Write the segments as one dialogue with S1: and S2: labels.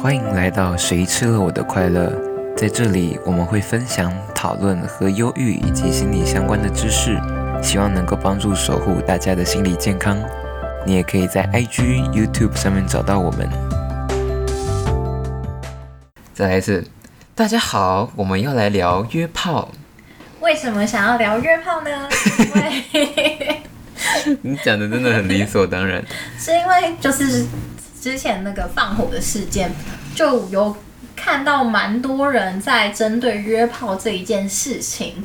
S1: 欢迎来到《谁吃了我的快乐》。在这里，我们会分享、讨论和忧郁以及心理相关的知识，希望能够帮助守护大家的心理健康。你也可以在 IG、YouTube 上面找到我们。再来一次，大家好，我们要来聊约炮。
S2: 为什么想要聊约炮 呢？因为
S1: 你讲的真的很理所当然。
S2: 是因为就是之前那个放火的事件，就有看到蛮多人在针对约炮这一件事情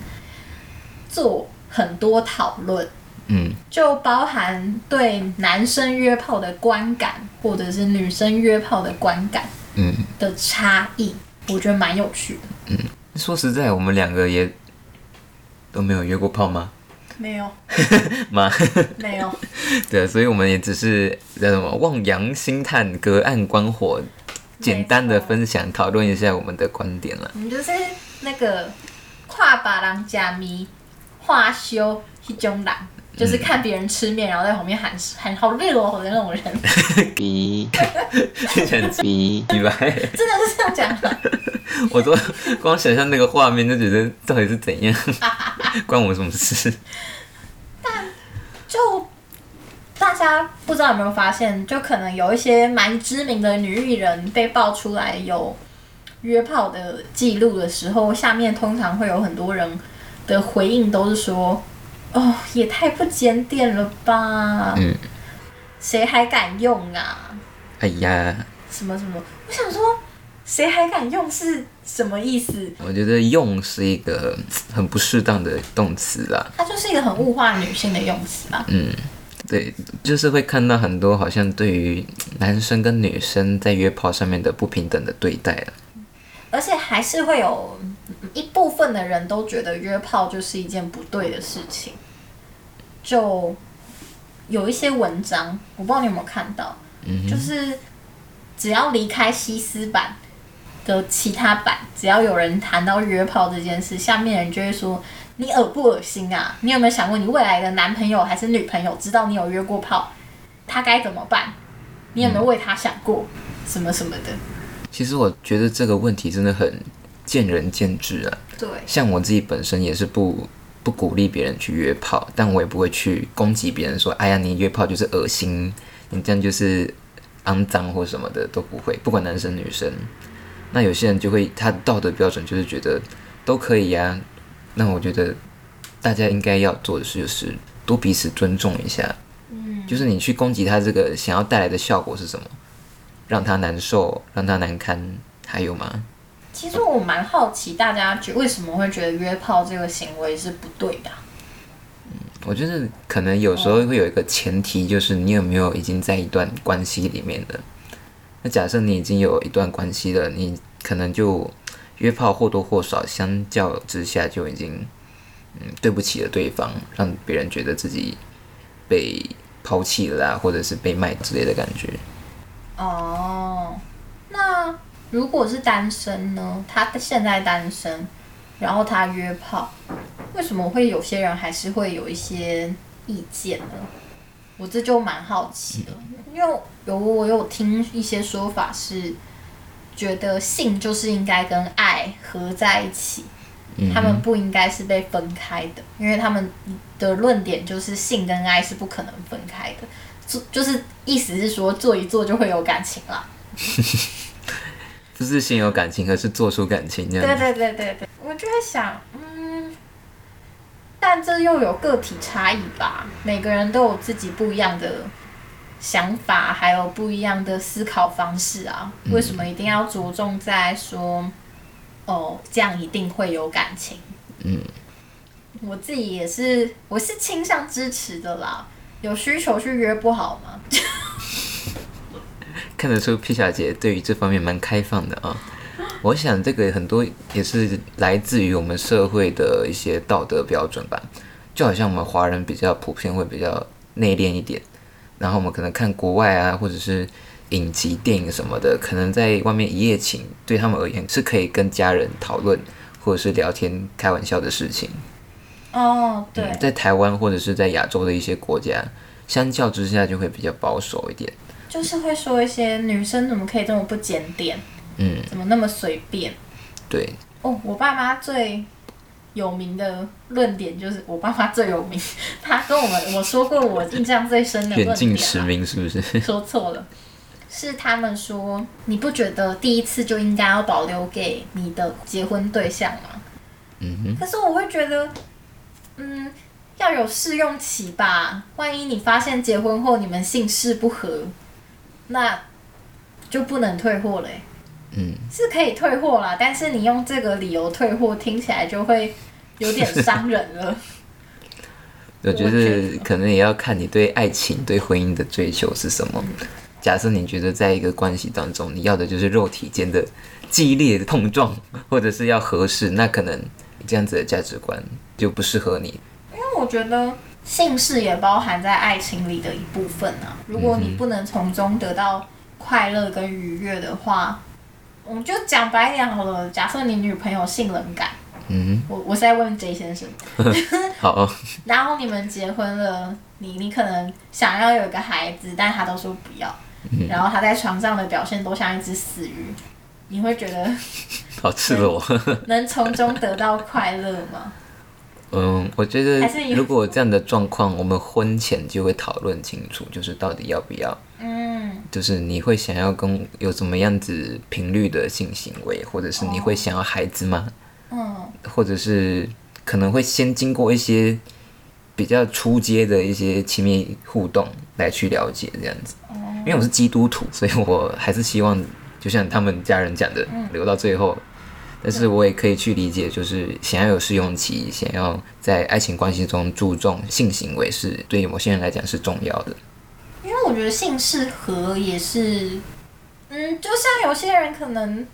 S2: 做很多讨论，
S1: 嗯，
S2: 就包含对男生约炮的观感，或者是女生约炮的观感
S1: 嗯，
S2: 的差异，我觉得蛮有趣的。
S1: 说实在，我们两个也都没有约过炮吗？
S2: 没有，
S1: 妈。
S2: 没有，
S1: 对，所以我们也只是叫什么望洋兴叹、隔岸观火，简单的分享讨论一下我们的观点啦。
S2: 我们就是那个跨把郎假迷画修一种人，就是看别人吃面，然后在旁边喊喊好热哦的那种人，
S1: 逼，很逼逼吧？
S2: 真的是这样讲的。
S1: 我都光想象那个画面就觉得到底是怎样， 关我什么事？
S2: 就大家不知道有没有发现，就可能有一些蛮知名的女艺人被爆出来有约炮的记录的时候，下面通常会有很多人的回应都是说：“哦，也太不检点了吧，
S1: 嗯
S2: 谁还敢用啊？”
S1: 哎呀，
S2: 什么什么，我想说，谁还敢用是什么意思？
S1: 我觉得“用”是一个很不适当的动词啦。
S2: 它就是一个很物化女性的用词吧。
S1: 嗯，对，就是会看到很多好像对于男生跟女生在约炮上面的不平等的对待了。
S2: 而且还是会有一部分的人都觉得约炮就是一件不对的事情，就有一些文章，我不知道你有没有看到，
S1: 嗯
S2: 就是只要离开西斯版的其他版，只要有人谈到约炮这件事，下面人就会说你恶不恶心啊？你有没有想过你未来的男朋友还是女朋友知道你有约过炮，他该怎么办？你有没有为他想过？什么什么的，
S1: 其实我觉得这个问题真的很见仁见智啊。
S2: 对，
S1: 像我自己本身也是不不鼓励别人去约炮，但我也不会去攻击别人说，哎呀，你约炮就是恶心，你这样就是肮脏或什么的都不会，不管男生女生。那有些人就会他的道德标准就是觉得都可以呀、那我觉得大家应该要做的事就是多彼此尊重一下，
S2: 嗯，
S1: 就是你去攻击他这个想要带来的效果是什么，让他难受，让他难堪，还有吗？
S2: 其实我蛮好奇大家觉为什么会觉得约炮这个行为是不对的啊、
S1: 我觉得可能有时候会有一个前提，就是你有没有已经在一段关系里面的。那假设你已经有一段关系了，你可能就约炮或多或少，相较之下就已经嗯对不起了对方，让别人觉得自己被抛弃了啊，或者是被卖之类的感觉。
S2: 哦，那如果是单身呢？他现在单身，然后他约炮，为什么会有些人还是会有一些意见呢？我这就蛮好奇的，因为有我有听一些说法是，觉得性就是应该跟爱合在一起，
S1: 嗯
S2: 他们不应该是被分开的，因为他们的论点就是性跟爱是不可能分开的，就就是意思是说做一做就会有感情啦。
S1: 不是先有感情，而是做出感情这样。
S2: 对对对对对，我就会想，嗯，但这又有个体差异吧，每个人都有自己不一样的想法，还有不一样的思考方式啊。为什么一定要着重在说，哦，这样一定会有感情？
S1: 嗯，
S2: 我自己也是，我是倾向支持的啦。有需求去约不好吗？
S1: 看得出 P 小姐对于这方面蛮开放的 啊。我想这个很多也是来自于我们社会的一些道德标准吧，就好像我们华人比较普遍会比较内敛一点，然后我们可能看国外啊，或者是影集、电影什么的，可能在外面一夜情，对他们而言是可以跟家人讨论或者是聊天、开玩笑的事情。
S2: 哦，对，
S1: 嗯在台湾或者是在亚洲的一些国家，相较之下就会比较保守一点。
S2: 就是会说一些女生怎么可以这么不检点，
S1: 嗯，
S2: 怎么那么随便。
S1: 对，
S2: 哦，我爸妈最有名的论点就是我爸妈最有名， 他跟我们我说过我印象最深的论
S1: 远近
S2: 点
S1: 驰
S2: 啊、
S1: 名是不 是？
S2: 说错了，是他们说你不觉得第一次就应该要保留给你的结婚对象吗？
S1: 嗯哼，
S2: 可是我会觉得，嗯，要有试用期吧。万一你发现结婚后你们性事不合，那就不能退货了欸、
S1: 嗯，
S2: 是可以退货啦，但是你用这个理由退货，听起来就会有点伤人了。
S1: 我觉
S2: 我觉
S1: 得
S2: 得
S1: 可能也要看你对爱情、对婚姻的追求是什么。假设你觉得在一个关系当中，你要的就是肉体间的激烈的碰撞，或者是要合适，那可能这样子的价值观就不适合你。
S2: 因为我觉得性事也包含在爱情里的一部分啊。如果你不能从中得到快乐跟愉悦的话，我们就讲白一点好了。假设你女朋友性冷感，
S1: 嗯
S2: 我我是在问 J 先生，
S1: 哼，好 哦，
S2: 然后你们结婚了，你你可能想要有一个孩子，但他都说不要，然后他在床上的表现都像一只死鱼，你会觉得
S1: 好赤裸。
S2: 能从中得到快乐吗？
S1: 嗯，我觉得
S2: 还是有
S1: 如果有这样的状况，我们婚前就会讨论清楚，就是到底要不要，
S2: 嗯，
S1: 就是你会想要跟有什么样子频率的性行为，或者是你会想要孩子吗？
S2: 嗯，
S1: 或者是可能会先经过一些比较初阶的一些亲密互动来去了解这样子。因为我是基督徒，所以我还是希望，就像他们家人讲的，留到最后。但是我也可以去理解，就是想要有试用期，想要在爱情关系中注重性行为是，对某些人来讲是重要的。
S2: 因为我觉得性适合也是，嗯，就像有些人可能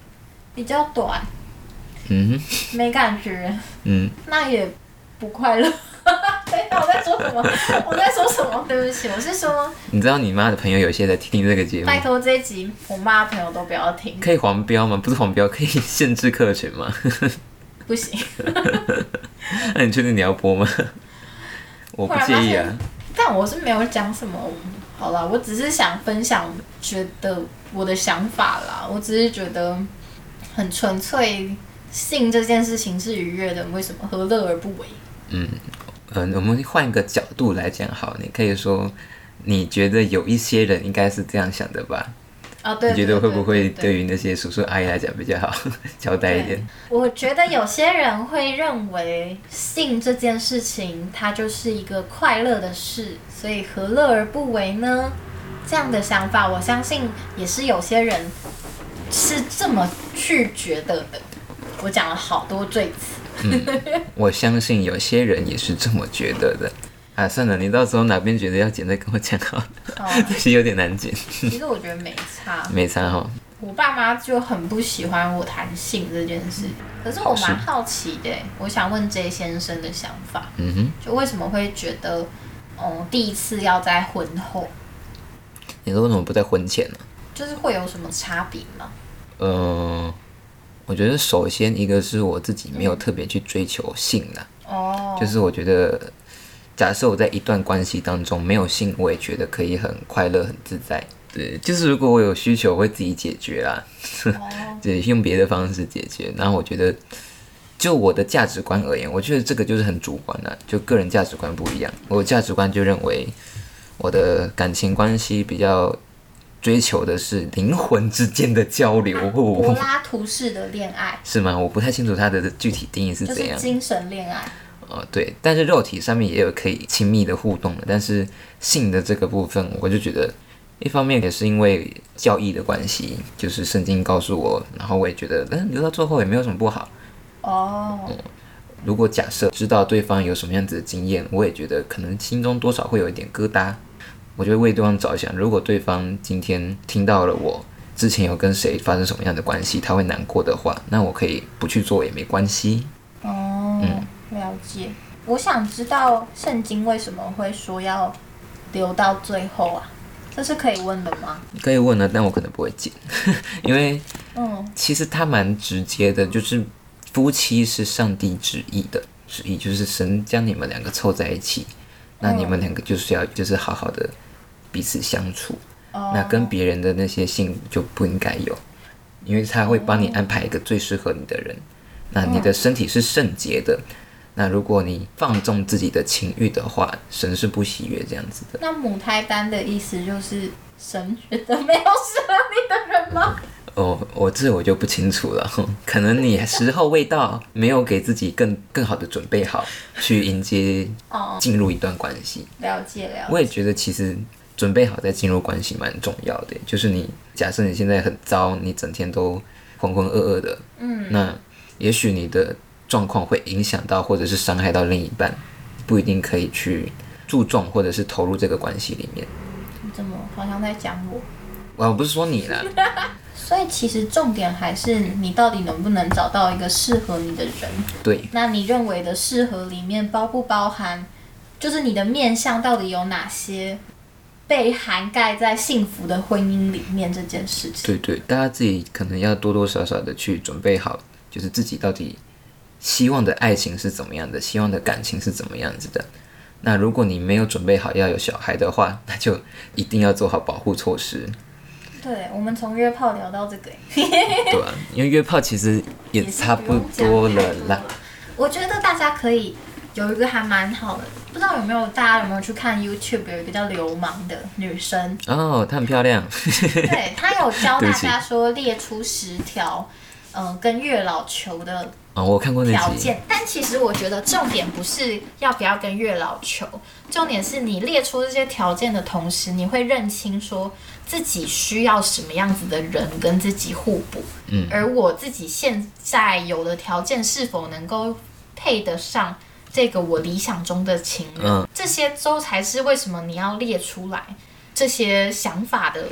S2: 比较短，
S1: 嗯
S2: 没感觉，
S1: 嗯，
S2: 那也不快乐。 等一下我在说什么？我在说什么？对不起，我是说，
S1: 你知道你妈的朋友有些在听这个 节目，
S2: 拜托这一集我妈的朋友都不要听，
S1: 可以黄标吗？不是黄标，可以限制客群吗？
S2: 不行。
S1: 那你确定你要播吗？我不介意啊。
S2: 但我是没有讲什么，好啦，我只是想分享，觉得我的想法啦，我只是觉得很纯粹，性这件事情是愉悦的，为什么何乐而不为？
S1: 嗯，我们换一个角度来讲好，你可以说，你觉得有一些人应该是这样想的吧？
S2: 啊，对，
S1: 你觉得会不会对
S2: 对？
S1: 于那些叔叔阿姨来讲比较好交代一点？
S2: 我觉得有些人会认为性这件事情，它就是一个快乐的事，所以何乐而不为呢？这样的想法，我相信也是有些人是这么去觉得的。我讲了好多罪 词，
S1: 我相信有些人也是这么觉得的。啊，算了，你到时候哪边觉得要剪再跟我讲好了，
S2: 哦，
S1: 这些有点难剪，
S2: 其实我觉得没差。
S1: 没差哈。
S2: 我爸妈就很不喜欢我谈性这件事，可是我蛮好奇的，我想问 J 先生的想法，
S1: 嗯哼，
S2: 就为什么会觉得，哦、第一次要在婚后，
S1: 你说为什么不在婚前呢、
S2: 就是会有什么差别吗？
S1: 呃，我觉得首先一个是我自己没有特别去追求性啦，
S2: 哦，
S1: 就是我觉得，假设我在一段关系当中没有性，我也觉得可以很快乐、很自在。对，就是如果我有需求，我会自己解决啦，
S2: 哦，
S1: 对，用别的方式解决。然后我觉得，就我的价值观而言，我觉得这个就是很主观了，就个人价值观不一样。我的价值观就认为，我的感情关系比较追求的是灵魂之间的交流，
S2: 柏拉图式的恋爱
S1: 是吗？我不太清楚它的具体定义是
S2: 就
S1: 怎
S2: 是
S1: 样。
S2: 精神恋爱，
S1: 呃，对，但是肉体上面也有可以亲密的互动的，但是性的这个部分，我就觉得一方面也是因为教义的关系，就是圣经告诉我，然后我也觉得，嗯，留到最后也没有什么不好。
S2: 哦，
S1: 如果假设知道对方有什么样子的经验，我也觉得可能心中多少会有一点疙瘩，我就会为对方着想。如果对方今天听到了我之前有跟谁发生什么样的关系，他会难过的话，那我可以不去做也没关系。
S2: 哦，
S1: 嗯
S2: 了解。我想知道圣经为什么会说要留到最后啊？这是可以问的吗？
S1: 可以问了，但我可能不会剪， 因为
S2: 嗯，
S1: 其实他蛮直接的，就是夫妻是上帝旨意的，旨意就是神将你们两个凑在一起，那你们两个就是要就是好好的彼此相处。
S2: 哦
S1: 那跟别人的那些性就不应该有，因为他会帮你安排一个最适合你的人。那你的身体是圣洁的，那如果你放纵自己的情欲的话，神是不喜悦这样子的。
S2: 那母胎单的意思就是神觉得没有适合你的人吗？
S1: 哦，我这我就不清楚了， 可能你时候未到，没有给自己更更好的准备好，去迎接
S2: 哦，
S1: 进入一段关系。
S2: 了解了解。
S1: 我也觉得其实准备好再进入关系蛮重要的，就是你假设你现在很糟，你整天都浑浑噩噩的，
S2: 嗯，
S1: 那也许你的状况会影响到或者是伤害到另一半，不一定可以去注重或者是投入这个关系里面。
S2: 你怎么好像在讲我？
S1: 我不是说你啦，
S2: 所以其实重点还是你到底能不能找到一个适合你的人。
S1: 对，
S2: 那你认为的适合里面包不包含，就是你的面向到底有哪些被涵盖在幸福的婚姻里面这件事情？
S1: 对对，大家自己可能要多多少少的去准备好，就是自己到底希望的爱情是怎么样的，希望的感情是怎么样子的。那如果你没有准备好要有小孩的话， 那就一定要做好保护措施，
S2: 对，我们从约炮聊到这个、欸
S1: 对吧、因为约炮其实也
S2: 也是
S1: 差
S2: 不
S1: 不
S2: 用讲
S1: 多
S2: 太
S1: 了啦。
S2: 我觉得大家可以有一个还蛮好的，不知道有没有大家有没有去看 YouTube 有一个叫流氓的女生，
S1: 哦，她很漂亮，
S2: 对她有教
S1: 对不
S2: 大
S1: 起
S2: 家说列出十条，嗯、跟月老求的
S1: 哦，我看过那
S2: 条
S1: 集，
S2: 件，但其实我觉得重点不是要不要跟月老求，重点是你列出这些条件的同时，你会认清说自己需要什么样子的人跟自己互补。
S1: 嗯，
S2: 而我自己现在有的条件是否能够配得上这个我理想中的情人，
S1: 嗯
S2: 这些都才是为什么你要列出来这些想法的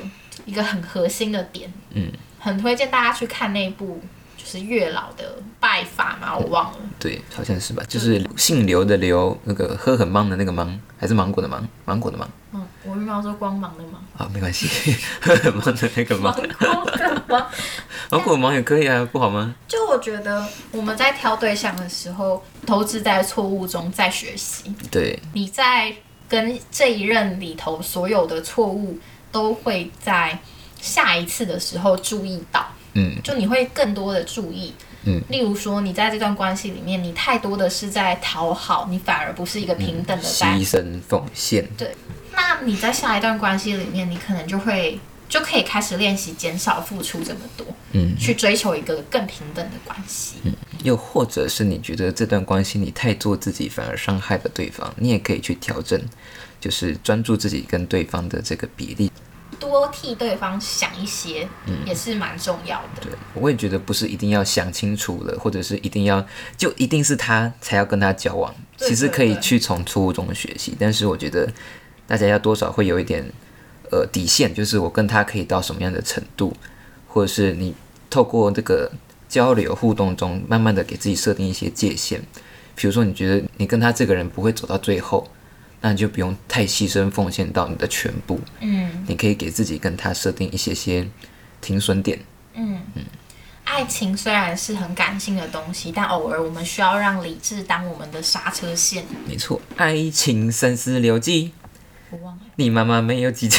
S2: 一个很核心的点。
S1: 嗯，
S2: 很推荐大家去看那部就是月老的拜法嘛，我忘了。
S1: 对，好像是吧，就是姓刘的刘，那个喝很忙的那个忙，还是芒果的芒，芒果的芒
S2: 嗯，我遇到说光芒的芒，
S1: 啊，没关系， 喝很忙的那个
S2: 光
S1: 芒，
S2: 光的芒。
S1: 芒果芒也可以啊，不好吗？
S2: 就我觉得我们在挑对象的时候，投资在错误中在学习。
S1: 对，
S2: 你在跟这一任里头所有的错误，都会在下一次的时候注意到，
S1: 嗯，
S2: 就你会更多的注意。
S1: 嗯，
S2: 例如说，你在这段关系里面，你太多的是在讨好，你反而不是一个平等的在
S1: 牺牲奉献，
S2: 那你在下一段关系里面，你可能就会就可以开始练习减少付出这么多，
S1: 嗯，
S2: 去追求一个更平等的关系。
S1: 又或者是你觉得这段关系你太做自己，反而伤害了对方，你也可以去调整，就是专注自己跟对方的这个比例。
S2: 多替对方想一些，也是蛮重要的。
S1: 对，我也觉得不是一定要想清楚了，或者是一定要就一定是他才要跟他交往，
S2: 对
S1: 其实可以
S2: 对对
S1: 去从错误中学习，但是我觉得大家要多少会有一点呃底线，就是我跟他可以到什么样的程度，或者是你透过这个交流互动中，慢慢的给自己设定一些界限，比如说你觉得你跟他这个人不会走到最后。那你就不用太牺牲奉献到你的全部，
S2: 嗯
S1: 你可以给自己跟他设定一些些停损点，
S2: 嗯爱情虽然是很感性的东西，但偶尔我们需要让理智当我们的刹车线。
S1: 没错，爱情三四六计，
S2: 我忘了，
S1: 你妈妈没有几计。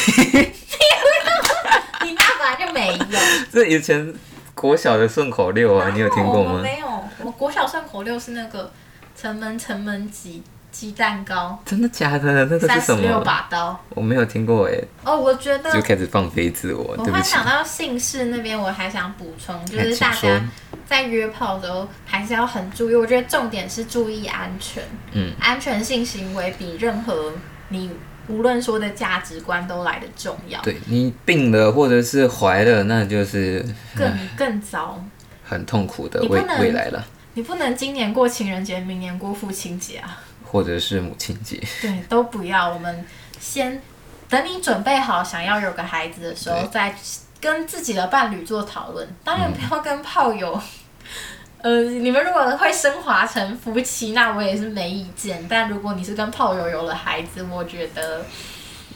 S2: 你那本来就没有。
S1: 这以前国小的顺口溜 啊，你有听过
S2: 我
S1: 吗？
S2: 没有，我国小顺口溜是那个城门城门鸡鸡蛋糕，
S1: 真的假的？那个是
S2: 三十
S1: 什
S2: 六
S1: 么？
S2: 把刀。
S1: 我没有听过哎、
S2: 哦，我觉得
S1: 就开始放飞自我，
S2: 我
S1: 对
S2: 忽
S1: 不
S2: 然
S1: 起。
S2: 想到姓氏那边，我还想补充，就
S1: 哎
S2: 是
S1: 请
S2: 大
S1: 说
S2: 家在约炮的时候还是要很注意。我觉得重点是注意安全，
S1: 嗯，
S2: 安全性行为比任何你无论说的价值观都来得重要，
S1: 对你病了或者是怀了，那就是嗯
S2: 更更早。
S1: 很痛苦的
S2: 你不
S1: 未
S2: 能
S1: 未来了，
S2: 你不能今年过情人节，明年过父亲节啊，
S1: 或者是母亲节。
S2: 对，都不要。我们先等你准备好想要有个孩子的时候，
S1: 对嗯
S2: 再跟自己的伴侣做讨论。当然不要跟炮友。呃，你们如果会升华成夫妻，那我也是没意见。但如果你是跟炮友有了孩子，我觉得，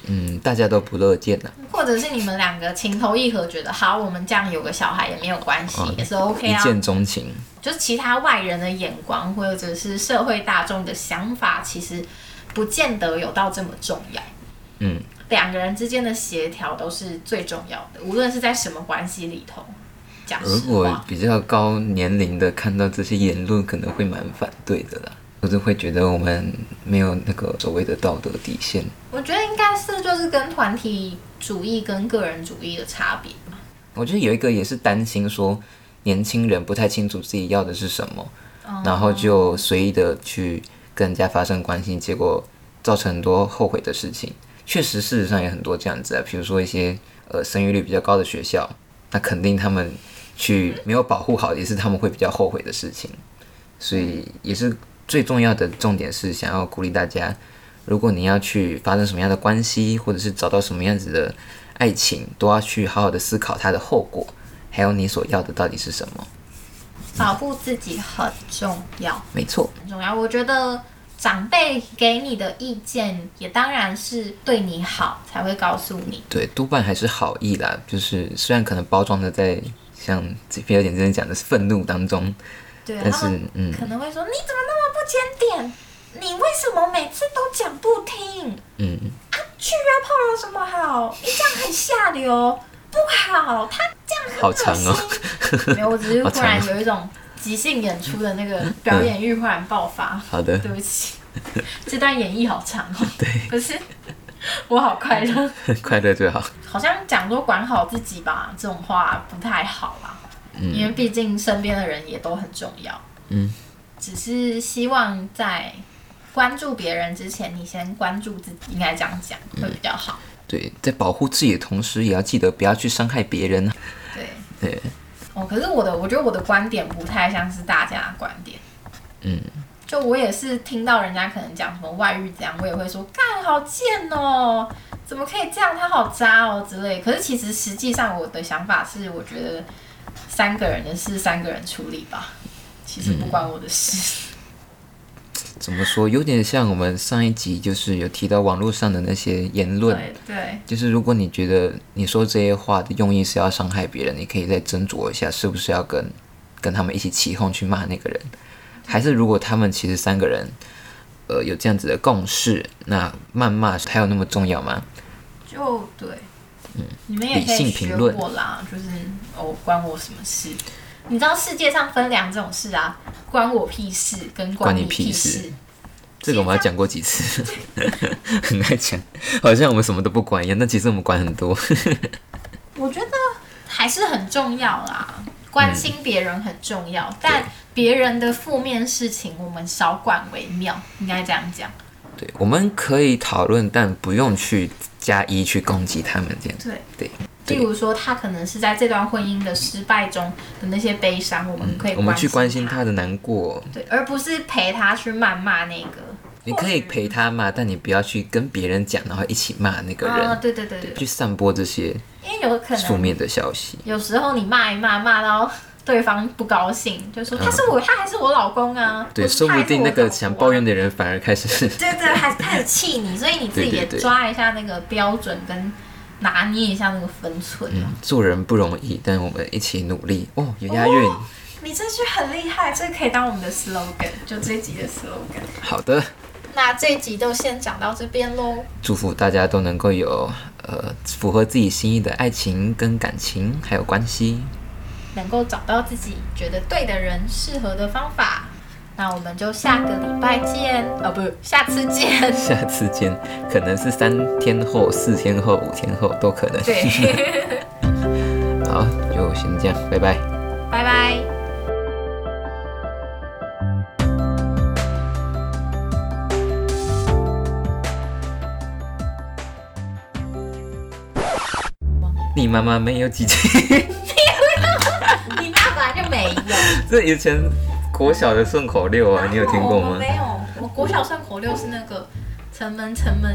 S1: 嗯，大家都不乐见呐、
S2: 或者是你们两个情投意合，觉得好，我们这样有个小孩也没有关系，
S1: 哦
S2: 也是 OK
S1: 一
S2: 啊。
S1: 见钟情。
S2: 就是其他外人的眼光，或者是社会大众的想法，其实不见得有到这么重要。
S1: 嗯，
S2: 两个人之间的协调都是最重要的，无论是在什么关系里头。讲
S1: 如
S2: 实
S1: 果
S2: 话，
S1: 比较高年龄的看到这些言论，可能会蛮反对的啦，或者会觉得我们没有那个所谓的道德底线。
S2: 我觉得应该是就是跟团体主义跟个人主义的差别嘛。
S1: 我觉得有一个也是担心说，年轻人不太清楚自己要的是什么，然后就随意的去跟人家发生关系，结果造成很多后悔的事情。确实，事实上也很多这样子啊，比如说一些呃生育率比较高的学校，那肯定他们去没有保护好，也是他们会比较后悔的事情。所以也是最重要的重点是想要鼓励大家，如果你要去发生什么样的关系，或者是找到什么样子的爱情，都要去好好的思考它的后果，还有你所要的到底是什么。
S2: 保护自己很重要，
S1: 没错，
S2: 很重要。我觉得长辈给你的意见也当然是对你好才会告诉你，
S1: 对，多半还是好意啦，就是虽然可能包装的在像这比尔点之前讲的是愤怒当中，
S2: 对啊
S1: 但
S2: 他
S1: 是
S2: 们
S1: 嗯，
S2: 可能会说：“你怎么那么不检点？你为什么每次都讲不听？啊
S1: 嗯，
S2: 去约炮有什么好？你这样很下流，不好。他这样很
S1: 好长哦
S2: 恶心 没有，我只是
S1: 好
S2: 忽
S1: 长
S2: 然
S1: 哦
S2: 有一种即兴演出 的那个表演欲忽然爆发。
S1: 好的，
S2: 对 不起，这段演绎好长哦。对，可是我好快乐。
S1: 快乐就好。
S2: 好像讲说管好自己吧，这种话不太好啦，因为毕竟身边的人也都很重要。
S1: 嗯，
S2: 只是希望在关注别人之前，你先关注自己，应该这样讲会比较好。
S1: 对，在保护自己的同时，也要记得不要去伤害别人。啊
S2: 对，
S1: 对，
S2: 哦，可是我的，我觉得我的观点不太像是大家的观点。
S1: 嗯，
S2: 就我也是听到人家可能讲什么外遇怎样，我也会说干好贱哦，怎么可以这样，他好渣哦之类。可是其实实际上我的想法是，我觉得三个人的事三个人处理吧，其实
S1: 嗯
S2: 不关我的事。
S1: 怎么说，有点像我们上一集就是有提到网络上的那些言论，啊
S2: 对对
S1: 就是如果你觉得你说这些话的用意是要伤害别人，你可以再斟酌一下，是不是要跟跟他们一起起哄去骂那个人，还是如果他们其实三个人，呃，有这样子的共识，那谩骂还有那么重要吗？
S2: 就对，你们也
S1: 嗯理
S2: 可以
S1: 性
S2: 学
S1: 评论
S2: 我啦，就是哦，关我什么事？你知道世界上分两种事啊，关我屁事跟
S1: 关
S2: 你
S1: 你屁事
S2: 事。
S1: 这个我们要讲过几次，很爱讲，好像我们什么都不管一样，但其实我们管很多。
S2: 我觉得还是很重要啦，关心别人很重要，但
S1: 嗯
S2: 别人的负面事情我们少管为妙，应该这样讲。
S1: 对，我们可以讨论，但不用去加一去攻击他们这样。
S2: 对
S1: 对，
S2: 例如说，他可能是在这段婚姻的失败中的那些悲伤，我们可以
S1: 嗯我们去关
S2: 心
S1: 心他的难过，
S2: 对，而不是陪他去谩骂那个。
S1: 你可以陪他骂，但你不要去跟别人讲，然后一起骂那个人，
S2: 啊，对对对对，
S1: 去散播这些
S2: 因为有可
S1: 负
S2: 能
S1: 面的消息。
S2: 有时候你骂一骂，骂到对方不高兴，就说他是我，他还是我老公啊。
S1: 嗯对，
S2: 或是
S1: 说
S2: 他
S1: 不
S2: 还是
S1: 定那
S2: 我老
S1: 个
S2: 婆
S1: 想
S2: 啊
S1: 抱怨的人反而开始
S2: 对对，还是开始气你，所以你自
S1: 对
S2: 己
S1: 对
S2: 也
S1: 对
S2: 抓一下那个标准跟拿捏一下那个分寸啊。
S1: 做人不容易，但我们一起努力哦，有押韵。
S2: 哦你这句很厉害，这可以当我们的 slogan，就这一集的 slogan。
S1: 好的，
S2: 那这一集就先讲到这边喽，
S1: 祝福大家都能够有呃符合自己心意的爱情跟感情还有关系。
S2: 能够找到自己觉得对的人、适合的方法。那我们就下个礼拜见，呃，不是下次见。
S1: 下次见，可能是三天后、四天后、五天后都可能。
S2: 对，
S1: 好，就先这样，拜拜。
S2: 拜拜。
S1: 你妈妈没有几斤？
S2: 你爸本来就没有，
S1: 这以前国小的顺口溜啊，你有听过
S2: 哦我
S1: 吗？
S2: 没有，我国小上口溜是那个城门城门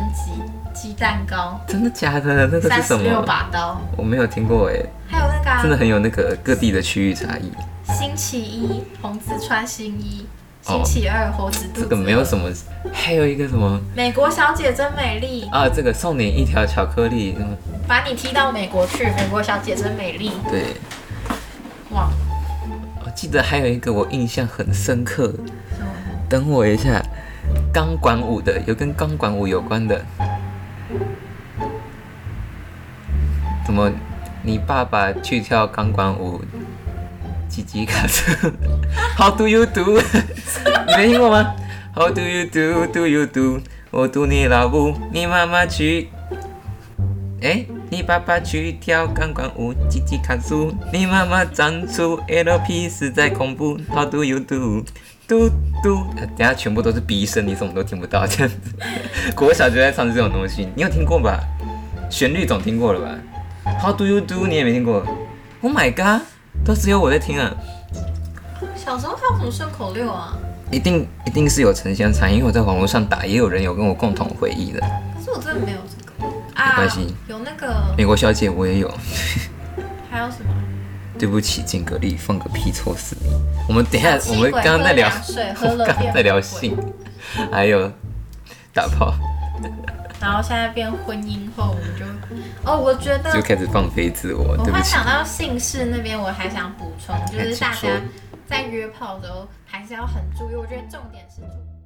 S2: 鸡鸡蛋糕。
S1: 真的假的？那个
S2: 三
S1: 是
S2: 十
S1: 什
S2: 六
S1: 么？
S2: 把刀，
S1: 我没有听过哎、
S2: 还有那个、啊、
S1: 真的很有那个各地的区域差异。
S2: 星期一红子穿新衣，星
S1: 哦
S2: 期二猴子
S1: 这
S2: 肚子饿。
S1: 个没有什么，还有一个什么
S2: 美国小姐真美丽，
S1: 啊？这个送你一条巧克力，什么
S2: 把你踢到美国去。美国小姐真美丽，
S1: 对。
S2: 哇，
S1: 我记得还有一个我印象很深刻，
S2: 什么
S1: 等我一下，钢管舞的有跟钢管舞有关的，什么你爸爸去跳钢管舞，吉吉卡车 ，How do you do？你没听过吗？How do you do? Do you do？我读你老母，你妈妈去，哎、你爸爸去跳钢管舞，吉吉卡苏，你妈妈长出 LP 实在恐怖，How do you do？嘟嘟，呃等下全部都是鼻声，你什么都听不到，这样子。国小就在唱这种东西，你有听过吧？旋律总听过了吧？How do you do？你也没听过？Oh my god，都只有我在听啊！
S2: 小时候跳什么顺口溜啊？
S1: 一定一定是有城乡差异，因为我在网络上打，也有人有跟我共同回忆的。
S2: 可是我真的没有这个啊。
S1: 没关系
S2: 有那个
S1: 美国小姐我也有，
S2: 还有什么？
S1: 对不起，金格力，放个屁臭死你！我们等一下，
S2: 吸
S1: 我
S2: 管
S1: 们刚刚在聊
S2: 喝凉水，喝
S1: 我
S2: 了
S1: 刚刚在聊
S2: 变
S1: 性，还有打炮，
S2: 然后现在变婚姻后，我们就哦，我觉得
S1: 就开始放飞自我，
S2: 我
S1: 哦对不
S2: 还
S1: 起。
S2: 想到姓氏那边，我还想补充，就
S1: 哎
S2: 是
S1: 请
S2: 大
S1: 说
S2: 家在约炮的时候还是要很注意，我觉得重点是注意。